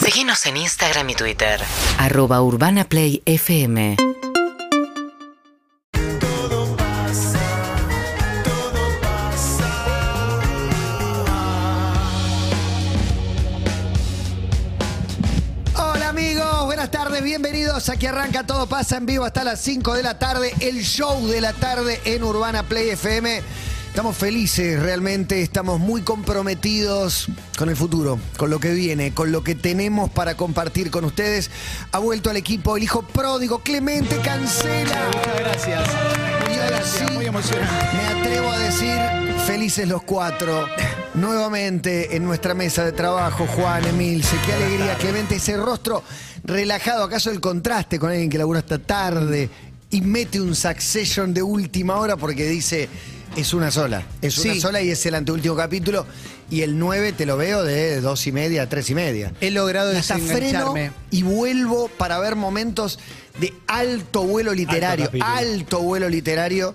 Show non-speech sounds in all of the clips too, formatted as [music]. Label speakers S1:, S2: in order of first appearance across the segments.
S1: Seguinos en Instagram y Twitter.
S2: Arroba Urbana Play FM.
S3: Hola amigos, buenas tardes, bienvenidos. Aquí arranca Todo Pasa en vivo hasta las 5 de la tarde, el show de la tarde en Urbana Play FM. Estamos felices realmente, estamos muy comprometidos con el futuro, con lo que viene, con lo que tenemos para compartir con ustedes. Ha vuelto al equipo el hijo pródigo, Clemente Cancela.
S4: Muchas gracias.
S3: Y
S4: Muchas
S3: ahora
S4: gracias.
S3: sí,
S4: Muy emocionante.
S3: Me atrevo a decir felices los cuatro. Nuevamente en nuestra mesa de trabajo, Juan, Emilce, qué alegría, Clemente, ese rostro relajado. ¿Acaso el contraste con alguien que labura hasta tarde y mete un succession de última hora porque dice, es una sola, es una
S5: Sí.
S3: sola y es el anteúltimo capítulo? Y el 9 te lo veo de dos y media a tres y media.
S5: He logrado
S3: Hasta freno
S5: desengancharme.
S3: y vuelvo para ver momentos de alto vuelo literario, alto,
S4: capítulo.
S3: vuelo literario.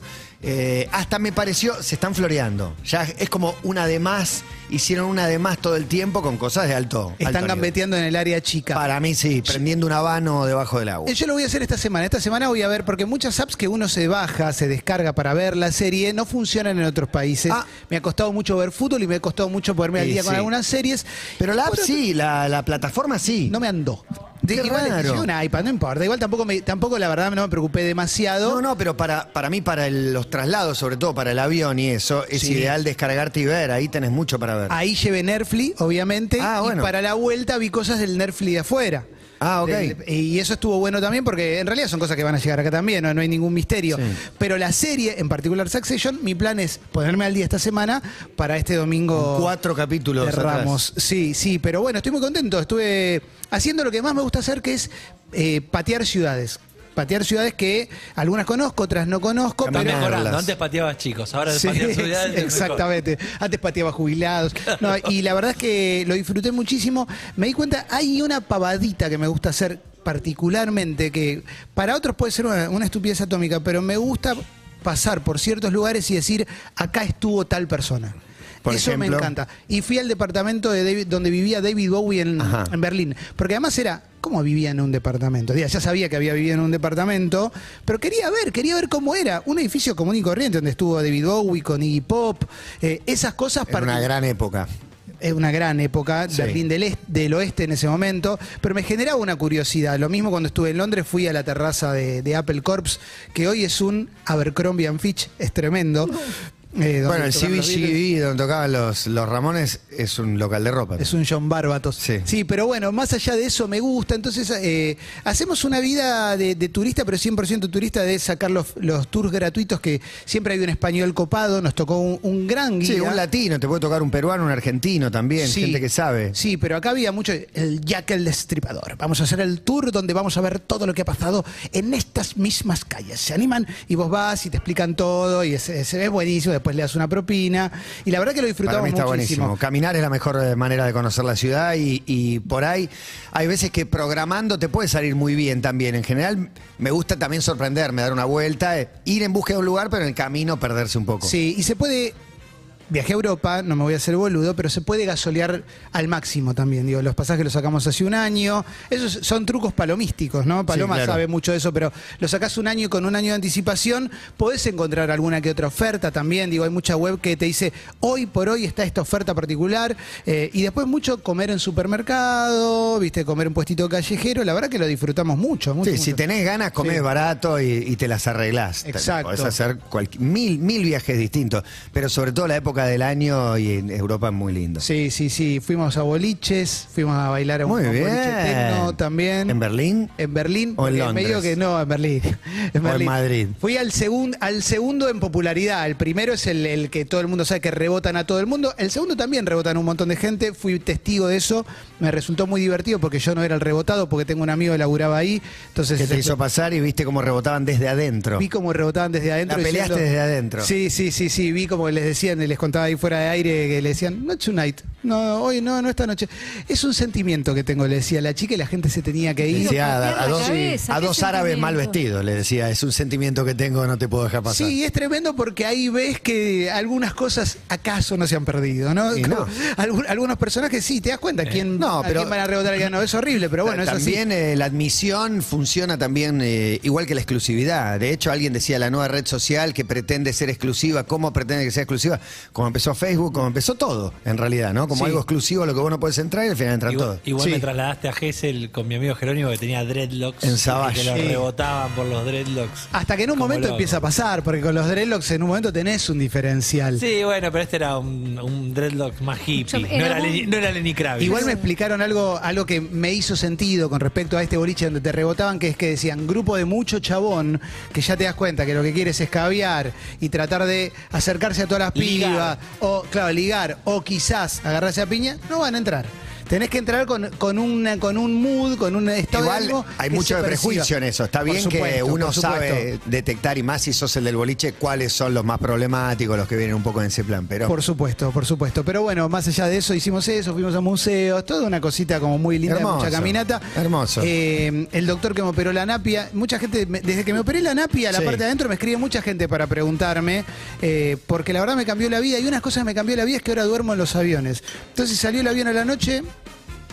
S3: Eh, hasta me pareció, se están floreando. Ya es como una de más, hicieron una de más todo el tiempo con cosas de alto. alto
S5: Están
S3: nivel.
S5: gambeteando en el área chica.
S3: Para mí sí, prendiendo un habano debajo del agua.
S5: Eh, Yo lo voy a hacer esta semana. Esta semana voy a ver, porque muchas apps que uno se baja, se descarga para ver la serie, no funcionan en otros países.
S3: Ah.
S5: Me ha costado mucho ver fútbol y me ha costado mucho ponerme al
S3: Y
S5: día con
S3: sí.
S5: algunas series.
S3: Pero la app
S5: Bueno,
S3: sí, la, la plataforma sí.
S5: No me andó.
S3: Qué
S5: igual
S3: raro.
S5: es un iPad, no importa. Igual tampoco, me- tampoco la verdad, no me preocupé demasiado.
S3: No, no, pero para, para mí, para el- los traslados, sobre todo para el avión y eso, es
S5: Sí.
S3: ideal descargarte y ver. Ahí tenés mucho para ver.
S5: Ahí llevé Netflix, obviamente.
S3: Ah, bueno.
S5: Y para la vuelta vi cosas del Netflix de afuera.
S3: Ah, ok.
S5: Del- y eso estuvo bueno también porque en realidad son cosas que van a llegar acá también, no, no hay ningún misterio.
S3: Sí.
S5: Pero la serie, en particular Succession, mi plan es ponerme al día esta semana para este domingo
S3: Cuatro capítulos.
S5: de
S3: atrás.
S5: Ramos. Sí, sí, pero bueno, estoy muy contento. Estuve haciendo lo que más me gusta hacer, que es eh, patear ciudades. Patear ciudades que algunas conozco, otras no conozco,
S3: Caminar.
S5: pero
S3: Caminarlas.
S6: mejorando. Antes pateabas chicos, ahora
S5: Sí, [laughs]
S6: pateas
S5: ex-
S6: ciudades. mejor.
S5: exactamente. Antes pateaba jubilados. No, y la verdad es que lo disfruté muchísimo. Me di cuenta, hay una pavadita que me gusta hacer particularmente, que para otros puede ser una, una estupidez atómica, pero me gusta pasar por ciertos lugares y decir, acá estuvo tal persona.
S3: Por
S5: Eso me
S3: ejemplo.
S5: encanta. Y fui al departamento de David- donde vivía David Bowie en,
S3: Ajá.
S5: en Berlín. Porque además era, ¿cómo vivía en un departamento? Ya ya sabía que había vivido en un departamento, pero quería ver, quería ver cómo era. Un edificio común y corriente donde estuvo David Bowie con Iggy Pop. eh, esas cosas
S3: En una gran época.
S5: es una gran época,
S3: Sí.
S5: Berlín del, est- del oeste en ese momento, pero me generaba una curiosidad. Lo mismo cuando estuve en Londres, fui a la terraza de, de Apple Corps, que hoy es un Abercrombie and Fitch, es tremendo. Eh, donde
S3: Bueno, el
S5: tocan los Beatles.
S3: CBGB donde tocaban los, los Ramones es un local de ropa.
S5: Es un John Barbatos.
S3: Sí.
S5: pero bueno, más allá de eso me gusta. Entonces, eh, hacemos una vida de, de turista, pero 100% turista, de sacar los, los tours gratuitos que siempre hay un español copado. Nos tocó un, un gran guía.
S3: Sí, un latino, te puede tocar un peruano, un argentino también,
S5: Sí.
S3: gente que sabe.
S5: Sí, pero acá había mucho el Jack el Destripador. Vamos a hacer el tour donde vamos a ver todo lo que ha pasado en estas mismas calles. Se animan y vos vas y te explican todo y es, es- es buenísimo. Después le das una propina. Y la verdad que
S3: Para
S5: lo disfrutamos
S3: mí está
S5: muchísimo.
S3: buenísimo. Caminar es la mejor eh, manera de conocer la ciudad y, y por ahí hay veces que programando te puede salir muy bien también. En general me gusta también sorprenderme, dar una vuelta, eh, ir en búsqueda de un lugar, pero en el camino perderse un poco.
S5: Sí, y se puede. Viajé a Europa, no me voy a hacer boludo, pero se puede gasolear al máximo también. Digo, los pasajes los sacamos hace un año. Esos son trucos palomísticos, ¿no? Paloma
S3: claro.
S5: sabe mucho de eso, pero lo sacás un año y con un año de anticipación. Podés encontrar alguna que otra oferta también. Digo, hay mucha web que te dice, hoy por hoy está esta oferta particular. Eh, y después mucho comer en supermercado, viste, comer un puestito callejero. La verdad que lo disfrutamos mucho. mucho,
S3: Sí, si
S5: mucho.
S3: tenés ganas, comés
S5: Sí.
S3: barato y, y te las arreglás. Te-
S5: Exacto.
S3: Podés hacer cualqui- mil, mil viajes distintos, pero sobre todo la época del año y en Europa es muy lindo.
S5: Sí, sí, sí. Fuimos a boliches, fuimos a bailar a un
S3: Muy
S5: a un
S3: bien.
S5: boliche techno también. Eh,
S3: ¿En Berlín?
S5: En Berlín.
S3: ¿O en
S5: porque
S3: Londres?
S5: medio que no, en Berlín. [laughs]
S3: ¿O
S5: En
S3: en
S5: Berlín.
S3: Madrid?
S5: Fui al, segun- al segundo en popularidad. El primero es el, el que todo el mundo sabe que rebotan a todo el mundo. El segundo también rebotan a un montón de gente. Fui testigo de eso. Me resultó muy divertido porque yo no era el rebotado, porque tengo un amigo que laburaba ahí. Entonces,
S3: Que te hizo pasar y viste cómo rebotaban desde adentro.
S5: Vi cómo rebotaban desde adentro.
S3: La peleaste desde adentro.
S5: Sí, sí, sí, sí. Vi como les decían, les contaba ahí fuera de aire que le decían, not tonight, no, hoy no, no esta noche. Es un sentimiento que tengo, le decía la chica y la gente se tenía que ir.
S4: Decía
S6: Pero
S4: a, a
S6: la
S4: dos,
S6: cabeza,
S4: a
S6: qué
S4: dos árabes mal
S6: sentimiento.
S4: vestidos, le decía, es un sentimiento que tengo, no te puedo dejar pasar.
S5: Sí, es tremendo porque ahí ves que algunas cosas acaso no se han perdido, ¿no?
S4: Y no.
S5: Algun- algunos personajes sí, te das cuenta quién,
S3: no,
S5: a
S3: pero-
S5: quién van a rebotar y a quién no. Es horrible, pero bueno, es así.
S3: también eh, la admisión funciona también eh, igual que la exclusividad. De hecho, alguien decía la nueva red social que pretende ser exclusiva, ¿cómo pretende que sea exclusiva? Como empezó Facebook, como empezó todo, en realidad, ¿no? Como
S5: Sí.
S3: algo exclusivo a lo que vos no podés entrar y al final entran
S7: Igual,
S3: todos.
S7: igual
S5: Sí.
S7: me trasladaste a Gesell con mi amigo Jerónimo que tenía dreadlocks.
S4: En
S7: y
S4: Savage.
S7: Que lo
S4: Sí.
S7: rebotaban por los dreadlocks.
S5: Hasta que en un
S7: Como
S5: momento
S7: loco.
S5: empieza a pasar, porque con los dreadlocks en un momento tenés un diferencial.
S7: Sí, bueno, pero este era un, un dreadlock más hippie.
S6: Yo-
S7: No
S6: en
S7: era,
S6: algún-
S7: Lenny, no era Lenny Kravitz.
S5: Igual me explicaron algo, algo que me hizo sentido con respecto a este boliche donde te rebotaban, que es que decían grupo de mucho chabón, que ya te das cuenta que lo que quieres es caviar y tratar de acercarse a todas las
S7: Ligar.
S5: pibas, o claro, ligar, o quizás agarrarse a piña, no van a entrar. Tenés que entrar con, con, una, con un mood, con un estado de
S3: Igual
S5: ánimo
S3: hay
S5: que
S3: mucho
S5: se
S3: de
S5: perciba.
S3: prejuicio en eso. Está
S5: Por
S3: bien que
S5: supuesto,
S3: uno
S5: por supuesto.
S3: sabe detectar, y más si sos el del boliche, cuáles son los más problemáticos, los que vienen un poco en ese plan. Pero
S5: Por supuesto, por supuesto. Pero bueno, más allá de eso, hicimos eso, fuimos a museos, toda una cosita como muy linda,
S3: Hermoso,
S5: mucha caminata.
S3: hermoso.
S5: Eh, el doctor que me operó la napia, mucha gente, me- desde que me operé la napia, la
S4: Sí.
S5: parte de adentro, me escribe mucha gente para preguntarme, eh, porque la verdad me cambió la vida. Y unas cosas que me cambió la vida es que ahora duermo en los aviones. Entonces salió el avión a la noche,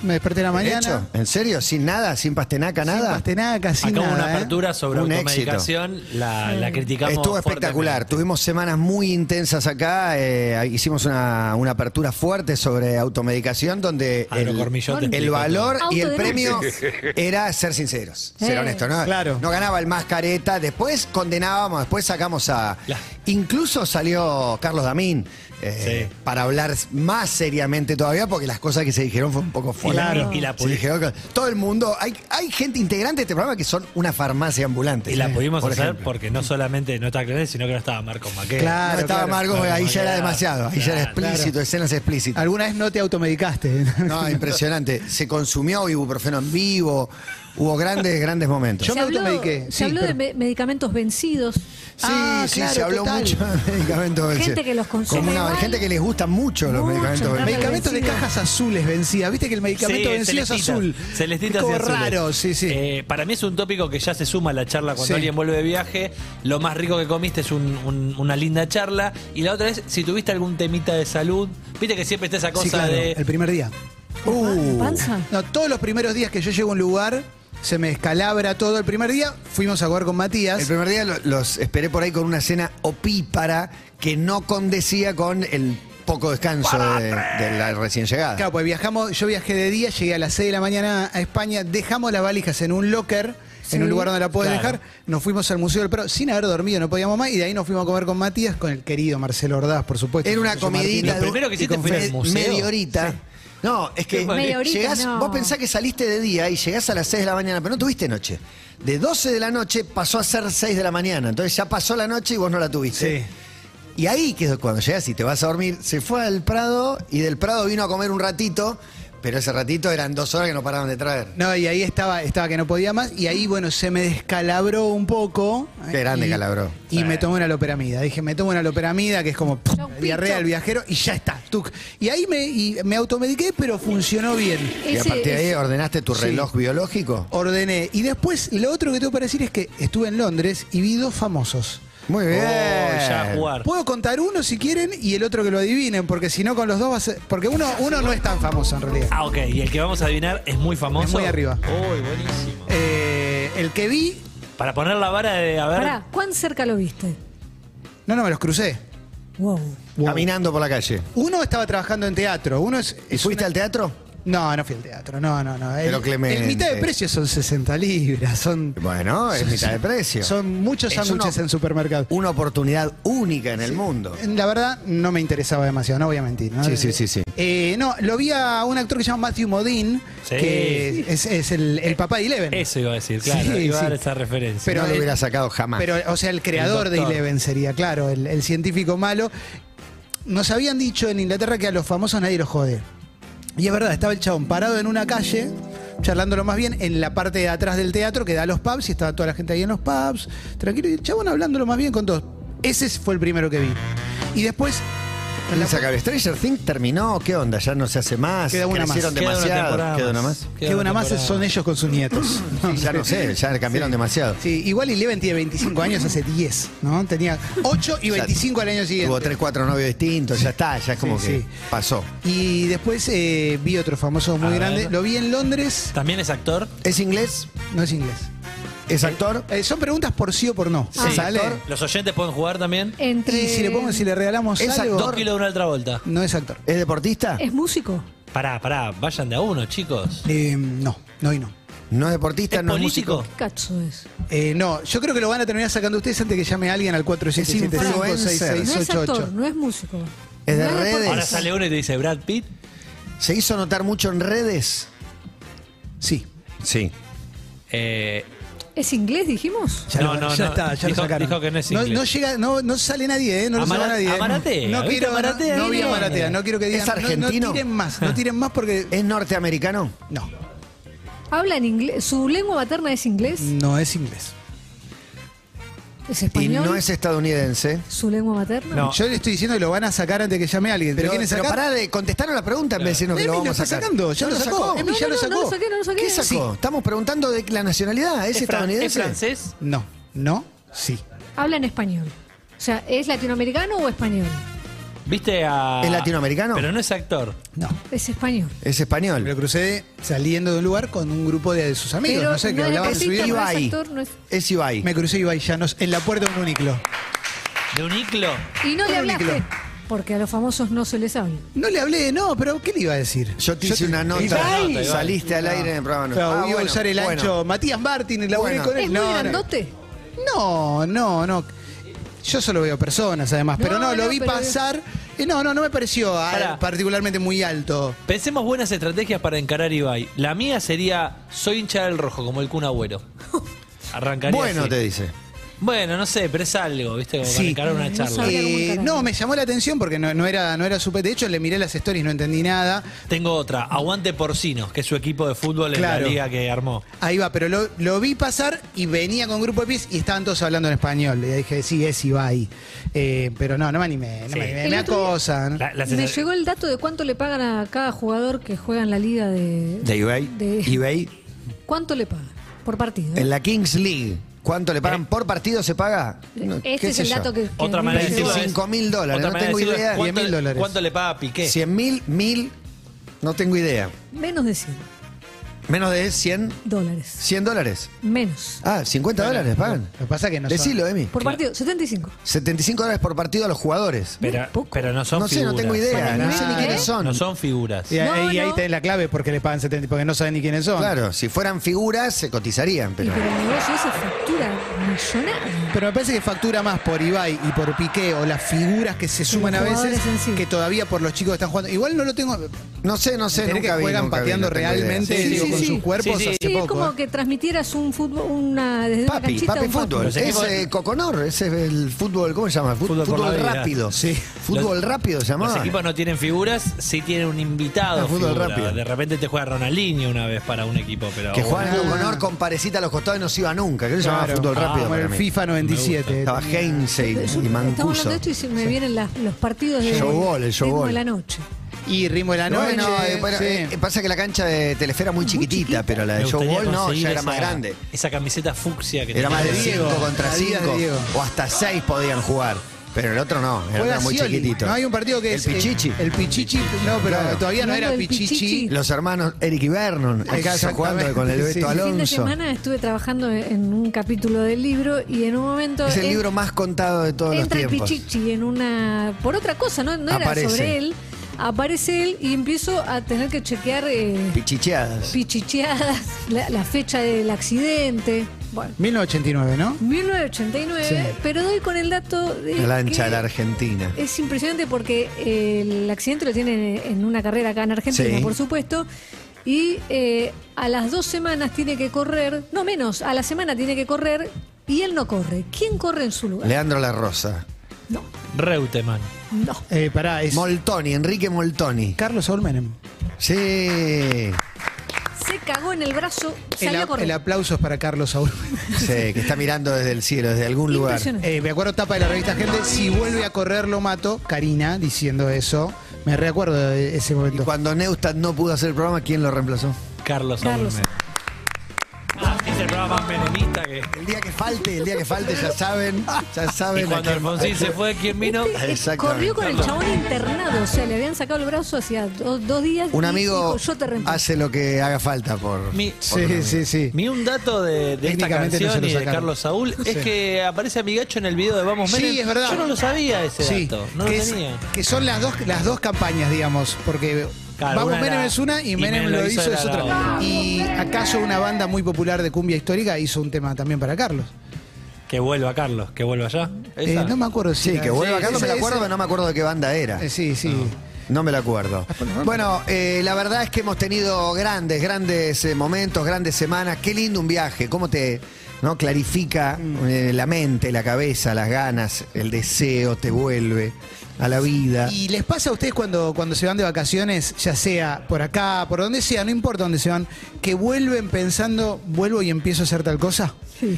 S5: me desperté en la
S3: ¿De
S5: mañana.
S3: hecho? ¿En serio? ¿Sin nada? ¿Sin pastenaca?
S5: Sin
S3: ¿Nada?
S5: pastenaca, sin
S7: Acá hubo
S5: nada,
S7: una
S5: ¿eh?
S7: apertura sobre
S3: Un
S7: automedicación, la, la criticamos.
S3: Estuvo espectacular.
S7: fuertemente.
S3: Tuvimos semanas muy intensas acá. eh, hicimos una, una apertura fuerte sobre automedicación donde
S7: Ah,
S3: el,
S7: Agrocormillón te
S3: el
S7: explicó
S3: valor
S6: todo.
S3: y el premio
S6: Autodenuncia.
S3: era ser sinceros, ser
S6: Eh.
S3: honestos. ¿no?
S5: Claro.
S3: no ganaba el más careta. Después condenábamos, después sacamos a...
S7: La-
S3: Incluso salió Carlos Damín eh,
S7: Sí.
S3: para hablar más seriamente todavía porque las cosas que se dijeron fue un poco fuerte.
S7: Claro. Y la-
S3: Se dijeron que- todo el mundo, hay, hay gente integrante de este programa que son una farmacia ambulante.
S7: Y la pudimos
S3: por
S7: hacer
S3: ejemplo.
S7: porque no solamente no estaba Claret, sino que no estaba Marcos Maquet.
S5: Claro.
S3: no estaba Margo,
S7: claro,
S3: ahí
S7: claro,
S3: ya era demasiado, ahí ya era
S7: claro.
S3: explícito, escenas explícitas.
S5: ¿Alguna vez no te automedicaste?
S3: No, impresionante. Se consumió ibuprofeno en vivo, hubo grandes, grandes momentos.
S5: Yo
S6: se
S5: me
S6: habló,
S5: automediqué,
S6: se
S5: sí,
S6: habló de
S5: pero-
S6: me- medicamentos vencidos.
S3: sí,
S5: Ah,
S3: sí,
S5: claro,
S3: se habló
S5: total.
S3: mucho de [laughs] medicamentos
S6: Gente
S3: vencidos.
S6: que los consume
S3: Como
S6: igual.
S3: gente que les gusta mucho los
S6: Mucho,
S3: medicamentos
S6: claro.
S3: vencidos.
S5: Medicamentos de
S6: vencida.
S5: cajas azules vencida. Viste que el medicamento
S7: Sí,
S5: vencido es
S7: celestitas.
S5: azul.
S7: Celestitas
S5: es como
S7: y azules.
S5: raro, sí, sí.
S7: Eh, para mí es un tópico que ya se suma a la charla cuando
S5: Sí.
S7: alguien vuelve de viaje. Lo más rico que comiste es un- un- una linda charla. Y la otra es si tuviste algún temita de salud. Viste que siempre está esa cosa
S5: sí, claro,
S7: de.
S5: el primer día. Uh.
S6: ¿En panza?
S5: No, todos los primeros días que yo llego a un lugar, se me descalabra todo. El primer día fuimos a jugar con
S3: El
S5: Matías.
S3: primer día lo- los esperé por ahí con una cena opípara que no condecía con el poco descanso de, de la recién llegada.
S5: Claro, pues viajamos, yo viajé de día, llegué a las 6 de la mañana a España, dejamos las valijas en un locker, en un lugar donde la puedes
S7: Claro.
S5: dejar, nos fuimos al Museo del Prado sin haber dormido, no podíamos más, y de ahí nos fuimos a comer con Matías, con el querido Marcelo Ordaz, por supuesto.
S3: Era una
S5: Marcelo
S3: comidita.
S7: Lo
S5: Martínez.
S3: de-
S7: primero que hiciste
S3: y con
S7: fue ir
S3: fe-
S7: al museo.
S3: Media horita. No, es que
S6: Media horita,
S3: llegás-
S6: no.
S3: vos pensás que saliste de día y llegás a las 6 de la mañana, pero no tuviste noche. De 12 de la noche pasó a ser 6 de la mañana. Entonces ya pasó la noche y vos no la tuviste.
S5: Sí.
S3: Y ahí que es cuando llegas y te vas a dormir, se fue al Prado y del Prado vino a comer un ratito, pero ese ratito eran dos horas que no paraban de traer.
S5: No, y ahí estaba, estaba que no podía más, y ahí, bueno, se me descalabró un poco.
S3: Qué grande
S5: Y-
S3: calabró.
S5: Y me tomé una loperamida. Dije, me tomo una loperamida, que es como pff,
S6: Chau,
S5: diarrea
S6: picho.
S5: al viajero, y ya está, tuc. Y ahí me, y me automediqué, pero funcionó bien.
S3: Y a
S6: Ese-
S3: partir de ahí
S6: ese-
S3: ordenaste tu
S5: Sí.
S3: reloj biológico.
S5: Ordené. Y después, lo otro que tengo para decir es que estuve en Londres y vi dos famosos.
S3: Muy
S7: Oh,
S3: bien.
S7: ya a jugar.
S5: Puedo contar uno si quieren y el otro que lo adivinen, porque si no con los dos va a ser- Porque uno, uno no es tan famoso en realidad.
S7: Ah, ok. Y el que vamos a adivinar es muy famoso.
S5: Es muy arriba.
S7: Uy, buenísimo.
S5: Eh, el que vi,
S7: Para poner la vara de a ver.
S6: Pará, ¿cuán cerca lo viste?
S5: no, no, me los crucé.
S6: Wow.
S3: Caminando por la calle.
S5: Uno estaba trabajando en teatro, uno es...
S3: ¿Y
S5: es
S3: fuiste
S5: una-
S3: al teatro?
S5: No, no fui al teatro, no, no, no. El,
S3: Pero Clemente.
S5: el mitad de precio son 60 libras, son...
S3: Bueno, es
S5: son-
S3: mitad de precio.
S5: Son muchos
S3: Es
S5: sándwiches
S3: uno-
S5: en supermercado.
S3: Una oportunidad única en el mundo.
S5: La verdad, no me interesaba demasiado, no voy a mentir. ¿no?
S3: Sí, sí, sí, sí.
S5: Eh, no, lo vi a un actor que se llama Matthew Modine,
S7: Sí.
S5: que es, es el, el papá de Eleven.
S7: Eso iba a decir, claro.
S5: Sí,
S7: iba a
S5: sí.
S7: dar esa referencia.
S5: Pero
S3: no lo
S5: el-
S3: hubiera sacado jamás.
S5: Pero, o sea, el creador
S7: El
S5: de
S7: doctor.
S5: Eleven sería, claro, el, el científico malo. Nos habían dicho en Inglaterra que a los famosos nadie los jode. Y es verdad, estaba el chabón parado en una calle, charlándolo más bien, en la parte de atrás del teatro que da a los pubs, y estaba toda la gente ahí en los pubs, tranquilo, y el chabón hablándolo más bien con todos. Ese fue el primero que vi. Y después,
S3: Piensa que Stranger Things terminó, ¿qué onda? Ya no se hace más.
S5: Queda una más.
S3: Crecieron
S7: Queda una
S3: demasiado.
S7: temporada
S3: Queda una
S7: más.
S3: más.
S5: Que una más
S7: temporada.
S5: son ellos con sus [laughs] nietos.
S3: Sí, ya no sé, ya cambiaron demasiado.
S5: Sí, igual Eleven tiene 25 años hace 10, ¿no? Tenía 8 y 25 al año
S3: Tuvo
S5: siguiente.
S3: tres, cuatro novios distintos, ya está, ya es como
S5: Sí,
S3: que
S5: sí.
S3: pasó.
S5: Y después eh, vi otro famoso
S7: A
S5: muy
S7: ver.
S5: grande. Lo vi en Londres.
S7: También es actor.
S3: ¿Es inglés?
S5: No es inglés.
S3: ¿Es actor?
S5: Eh, son preguntas por sí o por no.
S7: Sí.
S5: Ah, ¿Sale?
S7: Los oyentes pueden jugar también.
S6: Entre...
S5: Y si le pongo, si le regalamos
S3: Es
S5: algo,
S7: Dos kilos de una otra vuelta.
S5: no es actor.
S3: ¿Es deportista?
S6: Es músico.
S7: Pará, pará, vayan de a uno, chicos.
S5: Eh, no, no y no.
S3: ¿No es
S7: ¿Es
S3: deportista? ¿No es
S7: político?
S3: músico?
S6: Cacho es.
S5: Eh, no, yo creo que lo van a terminar sacando ustedes antes que llame alguien al
S6: No es actor,
S5: 477-566-88.
S6: no es músico.
S3: ¿Es de
S6: No
S3: redes?
S6: deportista.
S7: Ahora sale uno y te dice Brad Pitt.
S3: ¿Se hizo notar mucho en redes?
S5: Sí.
S3: Sí.
S7: Eh,
S6: ¿Es inglés, dijimos?
S5: Ya
S7: No,
S5: lo-
S7: no,
S5: ya
S7: no.
S5: está, ya
S7: Dijo-
S5: lo sacaron.
S7: dijo que no es inglés.
S5: No, llega, no, no sale nadie, ¿eh? No lo
S7: Amara-
S5: saca nadie. ¿eh?
S7: Amaratea,
S5: No
S7: ¿viste?
S5: quiero,
S7: Amaratea
S5: no, no vi
S7: viene.
S5: Amaratea, no quiero que digan.
S3: ¿Es
S5: no- No,
S3: argentino?
S5: tiren más, no tiren más porque. eh,
S3: ¿Es norteamericano?
S5: No,
S6: ¿Habla en inglés? ¿Su lengua materna es inglés?
S5: no es inglés. Mm.
S6: ¿Es
S3: Y
S6: español?
S3: no es estadounidense.
S6: ¿Su lengua materna?
S7: No.
S5: Yo le estoy diciendo que lo van a sacar antes que llame a alguien. ¿Lo
S3: Pero,
S5: quieren
S3: pero
S5: sacar?
S3: pará de contestaron la pregunta en vez de decirnos que
S5: Emi
S3: lo
S5: lo
S3: vamos
S5: está
S3: a sacar.
S5: sacando, ya
S3: ¿No
S5: lo sacó. Emi
S6: No,
S5: ya
S6: no,
S5: lo
S6: no,
S5: sacó.
S6: no lo saqué, no lo saqué.
S3: ¿Qué sacó? Estamos preguntando de la nacionalidad. ¿Es,
S7: ¿Es, fran- es
S3: estadounidense?
S7: francés?
S5: No, no, sí.
S6: Habla en español. O sea, ¿es latinoamericano o español?
S7: ¿Viste a.
S3: ¿Es latinoamericano?
S7: Pero no es actor.
S5: No.
S6: Es español.
S3: Es
S5: Me lo
S3: español.
S5: crucé saliendo de un lugar con un grupo de, de sus amigos,
S6: Pero
S5: no sé, que
S6: no es
S5: hablaban de su
S6: deportista,
S5: vida.
S6: no es
S3: Ibai.
S6: actor, no es-
S3: Es Ibai.
S5: Me crucé Ibai Llanos en la puerta de un uniclo.
S7: ¿De un iclo?
S6: Y no le
S5: Todo
S6: hablaste.
S5: Nickelodeon.
S6: Porque a los famosos no se les habla.
S5: No le hablé, no, pero ¿qué le iba a decir?
S3: Yo te hice una nota.
S7: Ibai.
S3: Saliste al aire en el programa. no.
S5: Claro,
S3: Ah,
S5: iba
S3: bueno,
S5: a usar el
S3: bueno.
S5: ancho Matías Martín y laburé
S3: Bueno.
S5: con él.
S6: ¿Es
S5: no,
S6: muy
S5: no.
S6: grandote?
S5: No, no, no. Yo solo veo personas, además. pero
S6: No,
S5: no, lo
S6: no,
S5: vi
S6: pero-
S5: pasar. eh, no, no, no me pareció ah,
S7: Pará.
S5: particularmente muy alto.
S7: Pensemos buenas estrategias para encarar a Ibai. La mía sería: soy hincha del rojo, como el Kun Agüero.
S3: [laughs]
S7: Arrancaría.
S3: Bueno,
S7: así.
S3: te dice.
S7: Bueno, no sé, pero es algo, ¿viste? Como
S5: Sí.
S7: para encarar una charla.
S6: sabía cómo
S5: Eh,
S6: encarar.
S5: no, me llamó la atención porque no, no era, no era su De hecho, le miré las stories, no entendí nada.
S7: Tengo otra, Aguante Porcinos, que es su equipo de fútbol en
S5: Claro.
S7: la liga que armó.
S5: Ahí va, pero lo, lo vi pasar y venía con grupo de pies y estaban todos hablando en español. Y dije, sí, es Ibai. Eh, pero no, no me animé, no
S7: Sí.
S5: me animé.
S6: El
S5: Me
S6: otro día-
S5: acosan.
S7: La- la
S6: Me
S7: sensación-
S6: llegó el dato de cuánto le pagan a cada jugador que juega en la liga de...
S3: ¿De Ibai?
S6: de-
S3: Ibai,
S6: ¿Cuánto le pagan? Por partido. ¿eh?
S3: en la Kings League, ¿cuánto le pagan por partido se paga? No,
S6: Este
S3: qué
S6: es
S3: sé
S6: el
S3: yo.
S6: dato que... que
S7: Otra
S6: a mí me
S7: manera de
S6: llegó.
S7: decirlo es-
S3: 25 mil dólares,
S7: otra
S3: no
S7: manera de
S3: tengo
S7: decirlo es,
S3: idea.
S7: ¿cuánto,
S5: 10.000 dólares.
S7: ¿Cuánto le paga a Piqué?
S3: 100 mil, mil, no tengo idea.
S6: Menos de 100
S3: Menos de 100,
S6: dólares.
S3: 100 dólares.
S6: Menos.
S3: Ah, 50 dólares pagan.
S5: Lo que pasa que no son-
S3: Decilo, Emi.
S6: Por partido, 75.
S3: 75 dólares por partido a los jugadores.
S7: Pero,
S6: Muy poco.
S7: pero no son
S3: No sé,
S7: figuras.
S3: no tengo idea,
S6: Para
S3: no sé ni
S6: nada,
S3: quiénes
S6: ¿eh?
S3: son.
S7: No son figuras.
S3: eh.
S5: Y, ahí-
S6: No,
S5: y ahí
S6: no.
S5: tenés la clave porque le pagan 70, porque no saben ni quiénes son.
S3: Claro, si fueran figuras se cotizarían,
S6: Y
S3: pero
S6: pero el negocio ese factura millonaria.
S5: Pero me parece que factura más por Ibai y por Piqué o las figuras que se suman a
S6: los
S5: veces
S6: jugadores en sí.
S5: que todavía por los chicos que están jugando. Igual no lo tengo.
S3: no sé, no sé,
S5: Tener que
S3: nunca vi,
S5: juegan
S3: nunca vi,
S5: pateando
S3: no tengo idea.
S5: realmente
S6: Sí,
S5: digo,
S6: sí,
S5: con
S6: sí.
S5: sus cuerpos
S7: Sí, sí.
S5: hace
S6: Sí, es
S5: poco.
S6: como
S5: ¿eh?
S6: que transmitieras un fútbol, una, desde una
S3: Papi,
S6: canchita
S3: papi
S6: un
S3: fútbol.
S7: Los
S3: Es
S7: equipos-
S3: eh, Coconor, ese es el fútbol, ¿cómo se llama? Fut-
S7: Fútbol
S3: Fútbol,
S7: por la vida.
S3: rápido.
S5: Sí.
S3: Fútbol
S7: Los-
S3: rápido se
S7: Los
S3: llamaba.
S7: equipos no tienen figuras, sí tienen un invitado.
S3: Ah, fútbol
S7: figura.
S3: rápido.
S7: De repente te juega Ronaldinho una vez para un equipo, pero.
S3: Que jugaban con honor con parecita a los costados y no se iba nunca. Que se llamaba
S5: Claro. Ah,
S3: fútbol rápido.
S5: Como
S3: para
S5: el
S3: mí.
S5: FIFA 97.
S3: Estaba
S5: tenía.
S3: Heinze y,
S6: Yo-
S3: y
S6: Estamos hablando
S3: Mancuso.
S6: de esto y se me vienen las- los partidos de
S3: Showball, el
S6: ritmo
S3: showball.
S6: de la noche.
S5: Y Ritmo de la Noche.
S3: Bueno, eh, bueno,
S5: Ah, sí.
S3: eh, pasa que la cancha de Telefera es muy chiquitita, pero
S5: eh,
S3: la
S7: Me
S3: de
S7: gustaría
S3: Showball no,
S7: conseguir
S3: ya era más
S7: esa-
S3: grande.
S7: Esa camiseta fucsia que
S3: Era más de
S7: tenía.
S5: Diego,
S3: 5 contra
S5: Adidas de
S3: 5
S5: Diego.
S3: o hasta 6 podían jugar. Pero el otro no, era
S5: Juega
S3: muy
S5: Scioli.
S3: chiquitito.
S5: No hay un partido que
S3: El
S5: es. eh,
S3: Pichichi.
S5: el Pichichi. No, pero
S3: Claro.
S5: todavía no
S6: Hablando
S5: era
S6: del
S5: Pichichi.
S6: Pichichi.
S3: Los hermanos Eric y Vernon, acá
S5: Exactamente.
S3: jugando con el
S5: Sí.
S3: Beto
S5: El fin
S6: El fin de
S3: Alonso.
S6: semana estuve trabajando en un capítulo del libro y en un momento.
S3: Es el
S6: en-
S3: libro más contado de todos los
S6: entra el
S3: tiempos.
S6: Pichichi en una. por otra cosa, no, no era
S3: Aparece.
S6: sobre él. Aparece él y empiezo a tener que chequear eh,
S3: Pichicheadas.
S6: pichicheadas, la, la fecha del accidente. Bueno,
S5: 1989, ¿no?
S6: 1989,
S5: Sí.
S6: pero doy con el dato de.
S3: La lancha
S6: que
S3: de la Argentina.
S6: Es impresionante porque eh, el accidente lo tienen en una carrera acá en Argentina,
S3: Sí.
S6: por supuesto. Y eh, a las dos semanas tiene que correr, no menos, a la semana tiene que correr y él no corre. ¿Quién corre en su lugar?
S3: Leandro La Rosa.
S6: No,
S7: Reutemann.
S6: no.
S5: Eh, pará, es.
S3: Moltoni, Enrique Moltoni.
S5: Carlos Olmenem.
S3: Sí.
S6: Se cagó en el brazo,
S5: El,
S6: salió
S5: a- el
S6: corriendo.
S5: aplauso es para Carlos Saúl.
S3: Sí, que está mirando desde el cielo, desde algún lugar.
S6: Impresionante.
S5: Eh, me acuerdo tapa de la revista Gente, si vuelve a correr lo mato, Karina diciendo eso. Me recuerdo de ese
S3: Y
S5: momento.
S3: cuando Neustadt no pudo hacer el programa, ¿quién lo reemplazó?
S7: Carlos
S6: Carlos.
S7: Aulme. Ah, es el programa más menemista que.
S5: Ah,
S3: El día que falte, el día que falte, ya saben, [laughs] ya
S7: Y
S3: saben.
S7: cuando
S3: a quién-
S7: Alfonsín se fue, ¿quién vino?
S6: Este, eh,
S3: Exactamente.
S6: corrió con el chabón internado, o sea, le habían sacado el brazo hacía do- dos días.
S3: Un
S6: y
S3: amigo
S6: dijo, yo te reemplazo.
S3: hace lo que haga falta por.
S7: Mi-
S5: Sí, sí, sí.
S7: Mi un dato de, de esta
S5: Técnicamente no
S7: canción
S5: se lo
S7: y de
S5: sacaron.
S7: Carlos Saúl
S5: Sí.
S7: es que aparece Amigacho en el video de Vamos
S5: Sí,
S7: Menem.
S5: es verdad.
S7: Yo no lo sabía ese
S5: Sí,
S7: dato. No lo
S5: que, es-
S7: tenía.
S5: que son las dos, las dos campañas, digamos, porque
S7: Claro,
S5: Vamos
S7: una
S5: Menem
S7: era-
S5: es una y Menem lo hizo,
S7: era
S5: es
S7: la
S5: otra.
S7: otra.
S5: Y acaso una banda muy popular de cumbia histórica hizo un tema también para Carlos.
S7: Que vuelva Carlos, que vuelva allá.
S5: Eh,
S7: ¿Esa?
S5: no me acuerdo si
S3: Sí,
S5: era-
S3: que vuelva acá, no
S5: ese-
S3: me la acuerdo,
S5: ese-
S3: pero no me acuerdo de qué banda era.
S5: eh, sí, sí.
S3: Ah, No me la acuerdo. Bueno, eh, la verdad es que hemos tenido grandes, grandes eh, momentos, grandes semanas. Qué lindo un viaje. Cómo te no clarifica eh, la mente, la cabeza, las ganas, el deseo, te vuelve a la vida.
S5: ¿Y les pasa a ustedes cuando, cuando se van de vacaciones, ya sea por acá, por donde sea, no importa dónde se van, que vuelven pensando, vuelvo y empiezo a hacer tal cosa?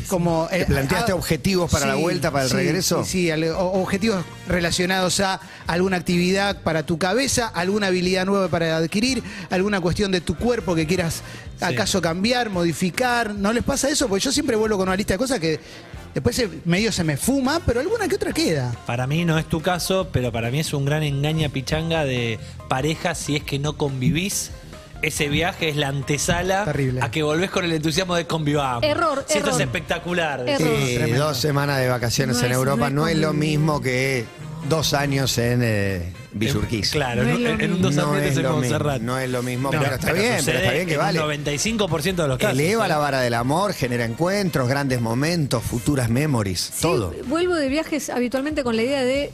S5: Como, eh,
S3: ¿Te
S5: ah,
S3: planteaste objetivos para la vuelta, para el
S5: sí,
S3: regreso?
S5: Sí, sí, al- o- objetivos relacionados a alguna actividad para tu cabeza, alguna habilidad nueva para adquirir, alguna cuestión de tu cuerpo que quieras acaso cambiar, modificar. ¿No les pasa eso? Porque yo siempre vuelvo con una lista de cosas que después se- medio se me fuma, pero alguna que otra queda.
S7: Para mí no es tu caso, pero para mí es un gran engaña pichanga de pareja si es que no convivís. Ese viaje es la antesala
S5: Terrible.
S7: a que volvés con el entusiasmo de convivamos.
S6: Error,
S7: Si esto
S6: error.
S7: es espectacular.
S6: Error.
S3: Sí,
S5: Tremendo.
S3: Eh, dos semanas de vacaciones
S6: No
S3: en
S6: es-
S3: Europa
S6: no
S3: no
S6: es
S3: es lo
S6: convivir.
S3: mismo que dos años en eh, Villurquiza.
S7: Claro, en
S6: No es
S7: un-
S6: lo
S7: en, en un
S6: mismo.
S7: dos
S3: No
S7: ambientes
S3: es,
S7: en
S3: lo mismo,
S7: Montserrat.
S3: no es lo mismo, pero está bien, pero está
S7: sucede
S3: bien que
S7: en
S3: vale.
S7: Un 95% de los casos.
S3: Eleva
S7: ¿eh?
S3: la vara del amor, genera encuentros, grandes momentos, futuras memories,
S6: Sí,
S3: todo.
S6: Vuelvo de viajes habitualmente con la idea de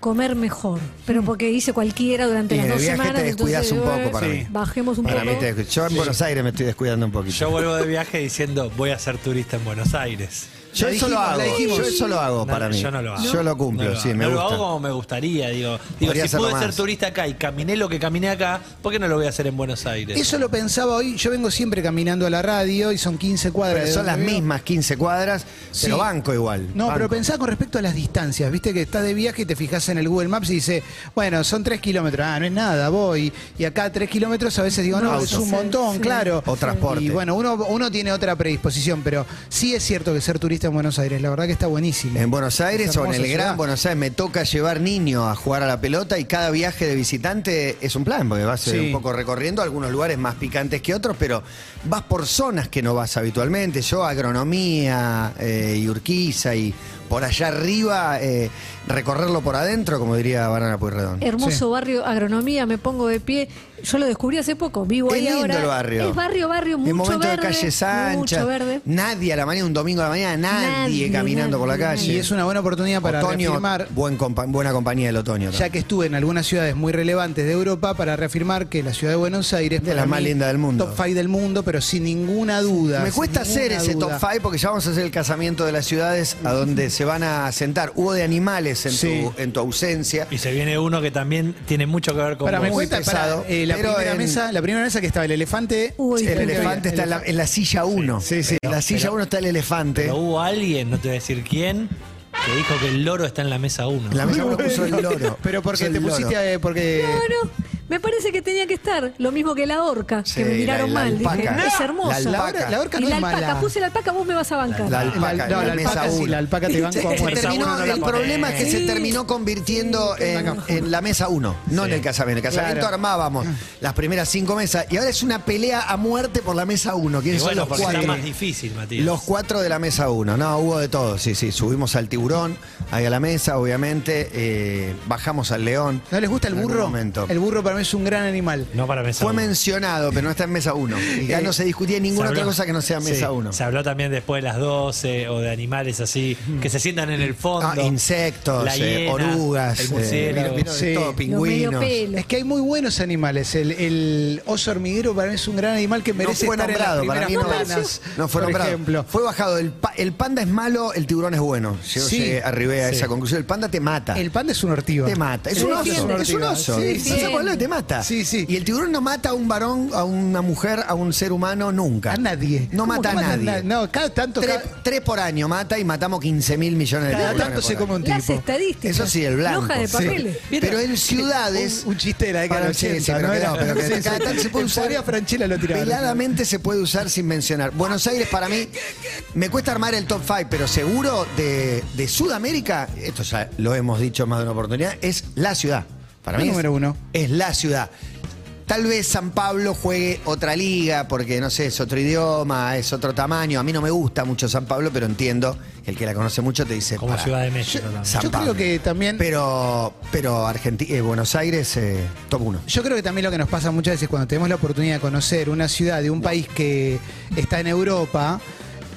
S6: comer mejor, pero porque hice cualquiera durante
S3: Y
S6: las
S3: en el
S6: dos
S3: viaje te
S6: semanas.
S3: descuidas
S6: entonces, eh,
S3: un poco para mí.
S6: Bajemos un
S3: Para mí
S6: poco.
S3: te- yo en Buenos Aires me estoy descuidando un poquito.
S7: Yo
S3: Yo,
S7: vuelvo de viaje diciendo voy a ser turista en Buenos Aires.
S5: La
S3: eso lo
S5: dijimos, la
S3: hago,
S5: dijimos.
S3: yo eso lo hago
S7: No,
S3: para mí.
S7: Yo no lo hago.
S3: Yo lo cumplo,
S7: No
S3: sí,
S7: hago.
S3: me
S7: No
S3: gusta.
S7: lo hago como me gustaría, digo. Digo,
S3: Podría
S7: si
S3: hacerlo
S7: pude ser
S3: más.
S7: turista acá y caminé lo que caminé acá, ¿por qué no lo voy a hacer en Buenos Aires?
S5: Eso lo pensaba hoy. Yo vengo siempre caminando a la radio y son 15 cuadras.
S3: Pero
S5: de
S3: son
S5: donde
S3: las
S5: vivo.
S3: mismas 15 cuadras, pero
S5: Sí.
S3: banco igual.
S5: No,
S3: banco.
S5: pero pensaba con respecto a las distancias. Viste que estás de viaje y te fijas en el Google Maps y dice, bueno, son 3 kilómetros. Ah, no es nada, voy. Y acá 3 kilómetros a veces digo, no,
S6: No,
S5: es
S6: auto.
S5: un montón,
S6: Sí.
S5: claro.
S3: O transporte.
S5: Y bueno, uno, uno tiene otra predisposición, pero sí es cierto que ser turista en Buenos Aires, la verdad que está buenísimo.
S3: En Buenos Aires
S5: Esa
S3: o en el
S5: hermosa
S3: Gran
S5: ciudad.
S3: Buenos Aires me toca llevar niños a jugar a la pelota y cada viaje de visitante es un plan, porque vas eh,
S5: Sí.
S3: un poco recorriendo algunos lugares más picantes que otros, pero vas por zonas que no vas habitualmente. Yo agronomía eh, y Urquiza y por allá arriba eh, recorrerlo por adentro, como diría Barana Pueyrredón.
S6: Hermoso barrio, agronomía, me pongo de pie. Yo lo descubrí hace poco, vivo
S3: Es
S6: ahí
S3: lindo
S6: ahora.
S3: el barrio.
S6: Es barrio, barrio, mucho
S3: En momento de
S6: verde.
S3: calles anchas,
S6: Mucho verde.
S3: nadie a la mañana, un domingo a la mañana, nadie,
S6: Nadie,
S3: caminando por la
S6: nadie,
S3: calle.
S5: Y es una buena oportunidad para
S3: otoño,
S5: reafirmar,
S3: buen compa- buena compañía del otoño.
S5: ya que estuve en algunas ciudades muy relevantes de Europa, para reafirmar que la ciudad de Buenos Aires
S3: De
S5: para
S3: las más
S5: mí,
S3: lindas del mundo.
S5: Top 5 del mundo, pero sin ninguna duda.
S3: Me
S5: sin
S3: cuesta hacer
S5: ninguna
S3: ese top
S5: duda.
S3: 5 porque ya vamos a hacer el casamiento de las ciudades a donde se van a sentar. Hubo de animales en,
S5: Sí.
S3: tu, en tu ausencia.
S7: Y se viene uno que también tiene mucho que ver con
S5: Para, me
S7: vos.
S3: muy
S5: cuenta, pará,
S3: pesado,
S5: eh, la,
S3: pero
S5: primera
S3: en-
S5: mesa, la primera mesa que estaba el elefante.
S6: Uy,
S3: el
S6: Frente
S3: elefante está en la, en la silla 1.
S5: Sí, sí.
S3: En la silla 1 está el elefante.
S7: Pero hubo alguien, no te voy a decir quién, que dijo que el loro está en la mesa uno.
S3: En la mesa 1 puso el loro.
S5: Pero
S3: Puso
S5: porque
S3: el
S5: te
S3: loro.
S5: pusiste. eh, porque
S6: Bueno, me parece que tenía que estar. Lo mismo que la orca,
S3: Sí,
S6: que me
S3: la-
S6: miraron
S3: la
S6: mal. Dije,
S3: alpaca.
S6: es hermosa.
S3: La
S5: la,
S3: alpaca.
S5: orca, la orca
S6: y
S5: no
S6: la
S5: es
S6: alpaca,
S5: mala.
S6: puse la alpaca, vos me vas a bancar.
S3: La alpaca,
S5: no,
S3: en
S5: la
S3: la mesa
S5: alpaca sí,
S3: uno. [laughs]
S5: la alpaca te banco a
S3: Se
S5: muerte.
S7: mesa
S3: terminó-
S7: uno no la
S3: el
S7: pone.
S3: problema es que se
S6: Sí.
S3: terminó convirtiendo en, en la mesa 1, no en el casamiento. En el casamiento
S5: Claro.
S3: armábamos las primeras cinco mesas y ahora es una pelea a muerte por la mesa 1.
S7: Y
S3: ¿Quiénes son
S7: bueno,
S3: los
S7: porque
S3: cuatro?
S7: está más difícil, Matías.
S3: Los cuatro de la mesa uno, no, hubo de todo, sí, sí, subimos al tiburón, ahí a la mesa, obviamente, eh, bajamos al león.
S5: ¿No les gusta el
S3: En algún
S5: burro?
S3: momento.
S5: El burro para mí es un gran animal.
S7: no para mesa
S3: Fue
S7: uno. Eh,
S3: mencionado, pero no está en mesa
S7: [laughs]
S3: uno. Y ya no se discutía ninguna
S7: Se
S3: otra
S7: habló-
S3: cosa que no sea mesa
S7: Sí,
S3: uno.
S7: Se habló también después de las 12 o de animales así, que se sientan en el fondo.
S3: Ah, insectos,
S7: La
S3: eh,
S7: hiena,
S3: orugas,
S7: el
S3: eh,
S7: murciélago.
S3: vino- vino de
S5: Sí.
S3: todo,
S6: Los medio
S3: pingüinos.
S6: pelo.
S5: Es que hay muy buenos animales. El, el oso hormiguero para mí es un gran animal que
S3: No
S5: merece
S3: fue
S5: estar
S3: nombrado,
S5: en las
S3: para mí no,
S5: primeras planas,
S3: ganas. no fue
S5: por
S3: nombrado.
S5: ejemplo.
S3: Fue bajado. El, pa- el panda es malo, el tiburón es bueno. Yo
S5: Sí.
S3: llegué- arribé a esa conclusión. El panda te mata.
S5: El panda es un ortiva.
S3: Ah. Te mata. Es
S5: Sí,
S3: un
S5: sí,
S3: oso.
S5: sí.
S3: Es un oso.
S5: Sí,
S3: No se
S6: sí.
S3: puede hablar, te mata.
S5: Sí, sí.
S3: Y el tiburón no mata a un varón, a una mujer, a un ser humano nunca.
S5: A nadie.
S3: No
S5: ¿Cómo
S3: mata a
S5: que matan
S3: nadie.
S5: na- No, cada tanto.
S3: Tres,
S5: cada-
S3: tres por año mata y matamos 15 mil millones de
S5: Cada
S3: tiburones
S5: tanto
S3: por
S5: se
S3: año.
S5: come un
S6: Las
S5: tipo.
S6: estadísticas.
S3: Eso sí, el blanco.
S6: Hoja de
S3: sí.
S6: papeles.
S3: Pero en ciudades.
S5: eh, Un, un chiste de la década
S3: Bueno,
S5: del
S3: sí,
S5: 80,
S3: sí, pero
S5: ¿no?
S3: que
S5: Era-
S3: no, pero que
S5: [laughs] sí, sí.
S3: cada tanto se puede
S5: En
S3: usar.
S5: Fabria Franchella lo tiraba.
S3: Veladamente se puede usar sin mencionar. Buenos Aires para mí me cuesta armar el top 5, pero seguro de, de Sudamérica, esto ya lo hemos dicho más de una oportunidad, es la ciudad. Para mí
S5: La
S3: es-
S5: número uno.
S3: es la ciudad. Tal vez San Pablo juegue otra liga porque no sé, es otro idioma, es otro tamaño. A mí no me gusta mucho San Pablo, pero entiendo que el que la conoce mucho te dice
S7: Como
S3: "Pará,
S7: Ciudad de México también.
S3: San
S5: Yo creo
S3: Pablo".
S5: que también-
S3: pero pero Argentina, Buenos Aires eh, top 1.
S5: Yo creo que también lo que nos pasa muchas veces cuando tenemos la oportunidad de conocer una ciudad de un país que está en Europa,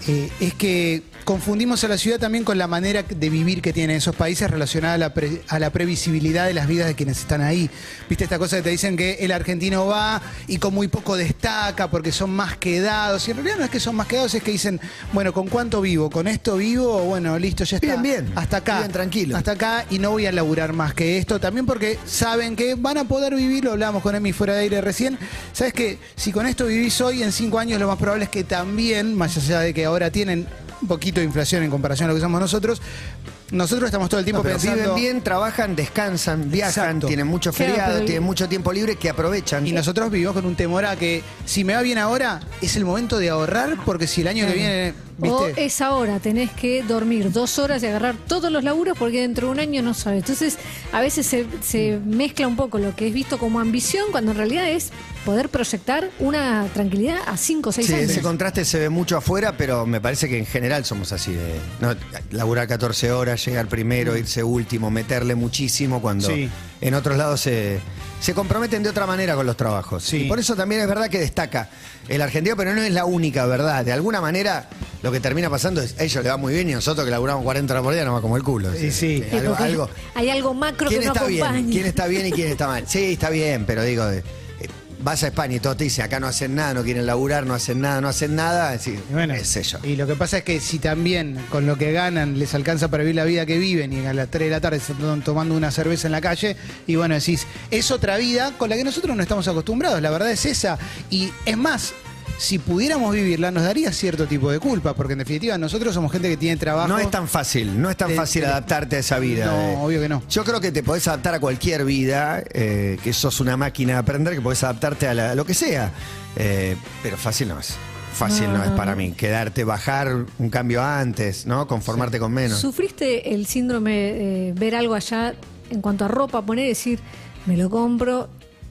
S5: eh, es que confundimos a la ciudad también con la manera de vivir que tienen esos países relacionada a la, pre- a la previsibilidad de las vidas de quienes están ahí. Viste esta cosa que te dicen que el argentino va y con muy poco destaca porque son más quedados. Y en realidad no es que son más quedados, es que dicen, bueno, ¿con cuánto vivo? ¿Con esto vivo? Bueno, listo, ya está.
S3: Viven bien,
S5: Hasta acá.
S3: viven tranquilo.
S5: Hasta acá y no voy a laburar más que esto. También porque saben que van a poder vivir, lo hablábamos con Emi fuera de aire recién. Sabes que si con esto vivís hoy, en cinco años lo más probable es que también, más allá de que ahora tienen un poquito de inflación en comparación a lo que usamos nosotros, nosotros estamos todo el
S3: No,
S5: tiempo
S3: pero
S5: pensando.
S3: viven bien, trabajan, descansan, viajan,
S5: Exacto.
S3: tienen mucho
S6: Claro,
S3: feriado,
S6: pero-
S3: tienen mucho tiempo libre que aprovechan.
S5: Y nosotros vivimos con un temor a que si me va bien ahora, es el momento de ahorrar, porque si el año que viene,
S6: O
S5: ¿viste?
S6: es ahora, tenés que dormir dos horas y agarrar todos los laburos porque dentro de un año no sabes. Entonces, a veces se, se mezcla un poco lo que es visto como ambición, cuando en realidad es poder proyectar una tranquilidad a cinco o seis
S3: Sí,
S6: años.
S3: ese contraste se ve mucho afuera, pero me parece que en general somos así de ¿no? laburar 14 horas, llegar primero,
S6: Mm.
S3: irse último, meterle muchísimo cuando
S5: Sí.
S3: en otros lados se, se comprometen de otra manera con los trabajos.
S5: Sí.
S3: Y por eso también es verdad que destaca el argentino, pero no es la única verdad. De alguna manera lo que termina pasando es a ellos le va muy bien y nosotros que laburamos 40 horas por día nos va como el culo.
S5: Sí, sí.
S6: Eh,
S3: Algo-
S6: porque
S3: algo,
S6: Hay algo macro que
S3: ¿Quién
S6: no
S3: está
S6: acompaña.
S3: bien? ¿Quién está bien y quién está mal? Sí, está bien, pero digo, eh, eh, vas a España y todos te dicen, acá no hacen nada, no quieren laburar, no hacen nada, no hacen nada. Sí,
S5: Y bueno,
S3: es ello.
S5: Y lo que pasa es que si también con lo que ganan les alcanza para vivir la vida que viven y a las 3 de la tarde se están tomando una cerveza en la calle, y bueno, decís, es otra vida con la que nosotros no estamos acostumbrados, la verdad es esa. Y es más, si pudiéramos vivirla nos daría cierto tipo de culpa, porque en definitiva nosotros somos gente que tiene trabajo.
S3: No es tan fácil, no es tan
S5: Te-
S3: fácil
S5: te-
S3: adaptarte a esa vida.
S5: No,
S3: eh.
S5: obvio que no.
S3: Yo creo que te podés adaptar a cualquier vida, eh, que sos una máquina de aprender, que podés adaptarte a, la- a lo que sea. Eh, pero fácil no es. Fácil
S6: Ah.
S3: no, es para mí. Quedarte, bajar un cambio antes, ¿no? Conformarte con menos.
S6: ¿Sufriste el síndrome eh, ver algo allá en cuanto a ropa, poner y decir, me lo compro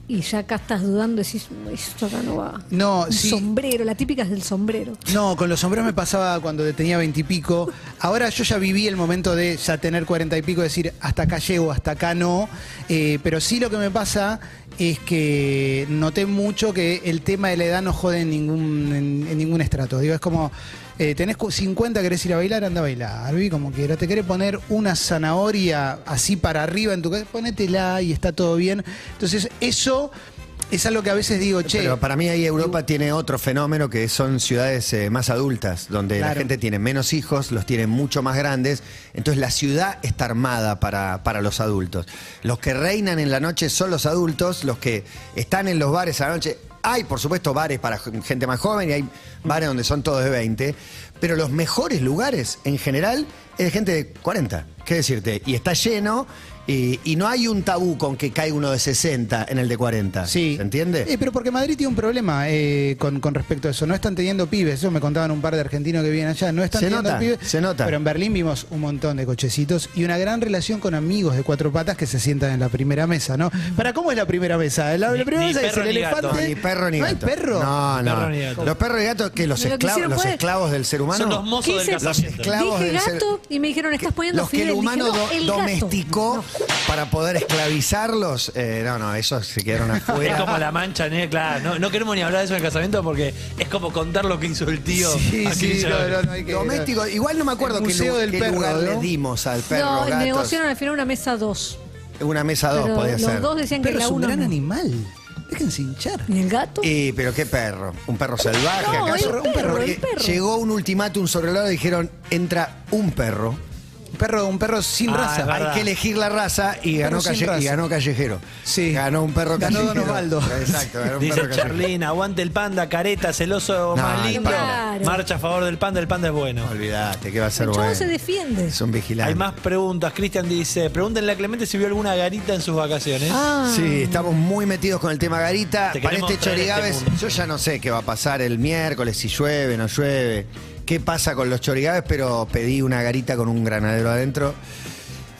S6: y ya acá estás dudando, decís, esto acá no va?
S5: No,
S6: Un
S5: sí.
S6: sombrero, la típica es del sombrero.
S5: No, con los sombreros me pasaba cuando tenía veintipico. Ahora yo ya viví el momento de ya tener cuarenta y pico, decir hasta acá llego, hasta acá no. Eh, pero sí lo que me pasa es que noté mucho que el tema de la edad no jode en ningún, en, en ningún estrato. Digo, es como, eh, tenés cu- 50, querés ir a bailar, anda a bailar, vi como quieras. Te querés poner una zanahoria así para arriba en tu casa, ponétela y está todo bien. Entonces, eso es algo que a veces digo, che.
S3: Pero para mí ahí Europa tiene otro fenómeno que son ciudades eh, más adultas, donde la
S5: Claro.
S3: gente tiene menos hijos, los tiene mucho más grandes, entonces la ciudad está armada para, para los adultos. Los que reinan en la noche son los adultos, los que están en los bares a la noche. Hay, por supuesto, bares para jo- gente más joven y hay bares donde son todos de 20, pero los mejores lugares en general es de gente de 40, qué decirte, y está lleno. Y, y no hay un tabú con que cae uno de 60 en el de 40.
S5: Sí.
S3: ¿Se entiende?
S5: Eh, pero porque Madrid tiene un problema eh, con, con respecto a eso. No están teniendo pibes. Eso me contaban un par de argentinos que viven allá. No están
S3: Se
S5: teniendo
S3: nota,
S5: pibes.
S3: se nota.
S5: Pero en Berlín vimos un montón de cochecitos y una gran relación con amigos de cuatro patas que se sientan en la primera mesa, ¿no? ¿Para cómo es la primera mesa? La, la
S7: Ni-
S5: primera
S7: ni
S5: mesa es
S7: perro
S5: el
S7: ni
S5: elefante.
S7: gato.
S3: No, ni perro ni
S5: ¿No hay
S3: gato.
S5: perro.
S3: No, no.
S7: Perro ni gato.
S3: Los perros y gatos que los,
S6: Me lo
S3: esclavos,
S6: quisieron
S3: los
S6: poder.
S3: esclavos del ser humano.
S7: Son los mozos
S6: ¿Qué
S7: del
S6: se-
S7: casamiento.
S3: Los esclavos- Clavos
S6: Dije
S3: del ser-
S6: gato y me dijeron, estás poniendo
S3: los que el
S6: Fidel". Dije,
S3: humano
S6: "No,
S3: do-
S6: el gato".
S3: domesticó
S6: No.
S3: para poder esclavizarlos. eh, no, no, esos se quedaron
S7: Es
S3: afuera. [laughs]
S7: como la mancha negra, claro. No, no queremos ni hablar de eso en el casamiento porque es como contar lo que hizo el tío.
S5: Sí,
S7: a
S5: sí,
S7: 15
S5: no,
S7: dólares.
S5: no, no hay que-
S3: Doméstico, igual no me acuerdo
S5: El
S3: qué,
S5: museo
S3: lu-
S5: del
S3: qué
S5: perro,
S3: lugar le
S5: ¿no?
S3: dimos al perro,
S6: No,
S3: gatos.
S6: negociaron al final una mesa dos.
S3: Una mesa dos
S6: Pero
S3: podía
S6: los
S3: ser.
S6: dos decían que
S5: Pero
S6: la
S5: es un
S6: uno.
S5: gran
S6: no.
S5: animal. Déjense hinchar.
S6: ¿Y el gato?
S3: Y, pero qué perro, un perro salvaje
S6: No,
S3: acaso.
S6: el perro,
S3: Porque
S6: el perro.
S3: Llegó un ultimátum sobre el lado y dijeron, entra un perro
S5: perro, un perro sin
S7: Ah,
S5: raza.
S7: es verdad.
S3: Hay que elegir la raza y ganó,
S5: sin
S3: calle- y
S5: raza.
S3: ganó Callejero.
S5: Sí.
S3: Ganó un perro
S5: Ganó Don
S3: callejero.
S5: Osvaldo.
S3: Exacto, ganó un
S7: Dice
S3: perro callejero.
S7: Charlín, aguante el panda, caretas, el oso
S3: No,
S7: más
S3: el
S7: lindo.
S6: panda.
S7: Marcha a favor del panda, el panda es bueno.
S3: Olvídate, que va a ser
S6: El
S3: bueno.
S6: chavo se defiende.
S3: Es un vigilante.
S7: Hay más preguntas. Cristian dice, pregúntenle a Clemente si vio alguna garita en sus vacaciones.
S6: Ah,
S3: Sí, estamos muy metidos con el tema Garita.
S7: Te
S3: Para
S7: queremos
S3: este
S7: traer
S3: Chorigaves,
S7: este mundo.
S3: yo ya no sé qué va a pasar el miércoles, si llueve, no llueve, qué pasa con los Chorigaves, pero pedí una Garita con un granadero adentro.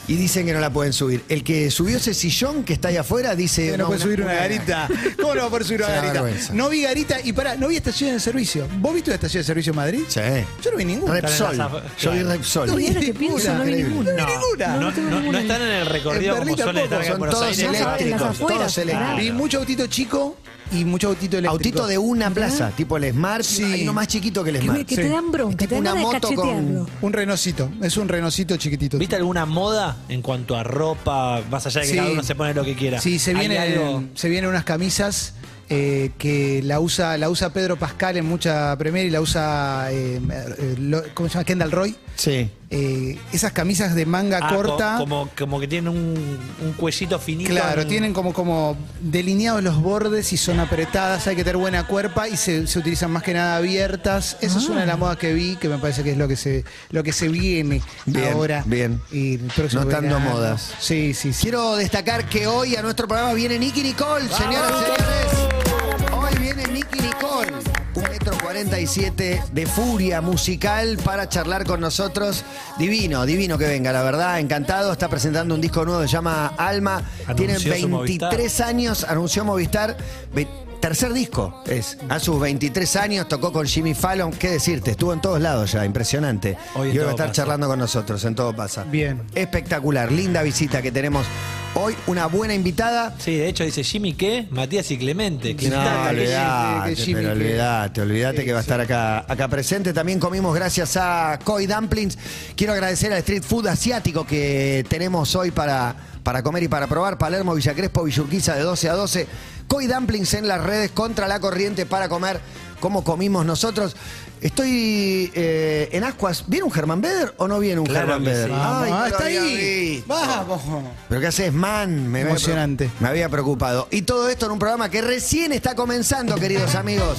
S3: Y dicen que no la pueden subir. El que subió ese sillón que está ahí afuera dice.
S5: no, puede subir una, garita. ¿Cómo no va a poder subir una
S3: Es una
S5: garita?
S3: vergüenza.
S5: No vi garita y pará, no vi estación de servicio. ¿Vos viste una estación de servicio en Madrid?
S3: Sí.
S5: Yo no vi ninguna.
S3: Repsol.
S7: Están en la zafa-
S3: Yo vi
S7: Claro.
S3: Repsol.
S5: No vi
S6: Mira lo que pienso, no vi
S3: Increíble.
S6: ninguna.
S5: No, ninguna.
S7: no, no- no están en el recorrido
S5: En
S7: como
S5: Berlín
S7: suele
S5: tampoco,
S7: estar acá en
S3: Son
S7: Buenos
S3: todos
S7: Aires.
S6: No, en las
S3: eléctricos.
S6: afueras,
S3: Todos
S6: claro.
S5: Vi
S3: eléctricos.
S5: mucho autito chico y mucho autito eléctrico.
S3: Autito de una plaza, tipo el Smart.
S5: Sí.
S3: Hay uno más chiquito que el
S6: que,
S3: Smart.
S6: que
S5: sí.
S6: te dan bronca,
S3: Es
S6: te dan
S3: una
S6: ganas de
S3: moto con-
S6: cachetearlo.
S5: Un renocito. Es un renocito chiquitito.
S7: ¿Viste alguna moda en cuanto a ropa? Más allá de que
S5: Sí.
S7: cada uno se pone lo que quiera.
S5: Sí, se
S7: ¿Hay
S5: vienen,
S7: algo?
S5: se vienen unas camisas eh, que la usa, la usa Pedro Pascal en mucha Premier y la usa eh, eh, lo- ¿cómo se llama? Kendall Roy.
S3: Sí.
S5: Eh, esas camisas de manga
S7: Ah, co-
S5: corta.
S7: Como, como que tienen un, un cuellito finito.
S5: Claro,
S7: en-
S5: tienen como, como delineados los bordes y son apretadas, hay que tener buena cuerpa y se, se utilizan más que nada abiertas. Esa es una
S3: Ah.
S5: de las modas que vi, que me parece que es lo que se, lo que se viene
S3: Bien,
S5: ahora.
S3: bien.
S5: Y el próximo
S3: Notando
S5: verano.
S3: modas.
S5: Sí, sí, sí.
S3: Quiero destacar que hoy a nuestro programa viene Nicky Nicole, señoras y señores. Hoy viene Nicky Nicole, un metro 47 de furia musical para charlar con nosotros. Divino, divino que venga, la verdad, encantado. Está presentando un disco nuevo, se llama Alma. Tiene
S7: Anunció su
S3: 23 años, anunció Movistar. Ve- Tercer disco es. A sus 23 años tocó con Jimmy Fallon. ¿Qué decirte? Estuvo en todos lados ya, impresionante.
S7: Hoy en
S3: y hoy va
S7: Todo
S3: a estar
S7: Pasa.
S3: charlando con nosotros, en todo pasa.
S5: Bien.
S3: Espectacular, linda visita que tenemos hoy, una buena invitada.
S7: Sí, de hecho dice Jimmy qué, Matías y Clemente.
S3: No,
S7: Cristal, Clemente.
S3: olvidate,
S5: que Jimmy,
S3: pero
S5: que-
S3: olvidate, olvidate que va a
S5: Sí,
S3: estar acá, acá presente. También comimos gracias a Koi Dumplings. Quiero agradecer al Street Food Asiático que tenemos hoy para, para comer y para probar. Palermo, Villa Crespo, Villurquiza de 12 a 12. Koi Dumplings en las redes contra la corriente para comer como comimos nosotros. Estoy eh, en Ascuas. ¿Viene un Germán Beder o no viene un
S7: Claro
S3: Germán
S7: que
S3: Beder?
S7: sí.
S5: Vamos,
S3: Ay,
S5: ah,
S3: no lo
S5: está
S3: había
S5: ahí.
S3: visto.
S5: Vamos.
S3: Pero ¿qué haces, man? Me había
S5: Emocionante.
S3: preocup- Me había preocupado. Y todo esto en un programa que recién está comenzando, queridos amigos.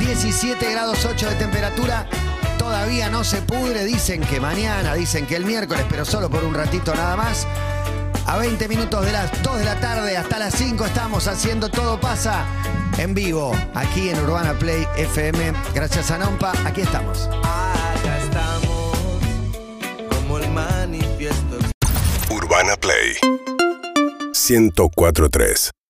S3: 17 grados 8 de temperatura. Todavía no se pudre. Dicen que mañana, dicen que el miércoles, pero solo por un ratito nada más. A 20 minutos de las 2 de la tarde hasta las 5 estamos haciendo Todo Pasa en vivo aquí en Urbana Play FM. Gracias a Nompa, aquí estamos.
S8: Acá estamos, como el manifiesto
S9: Urbana Play 1043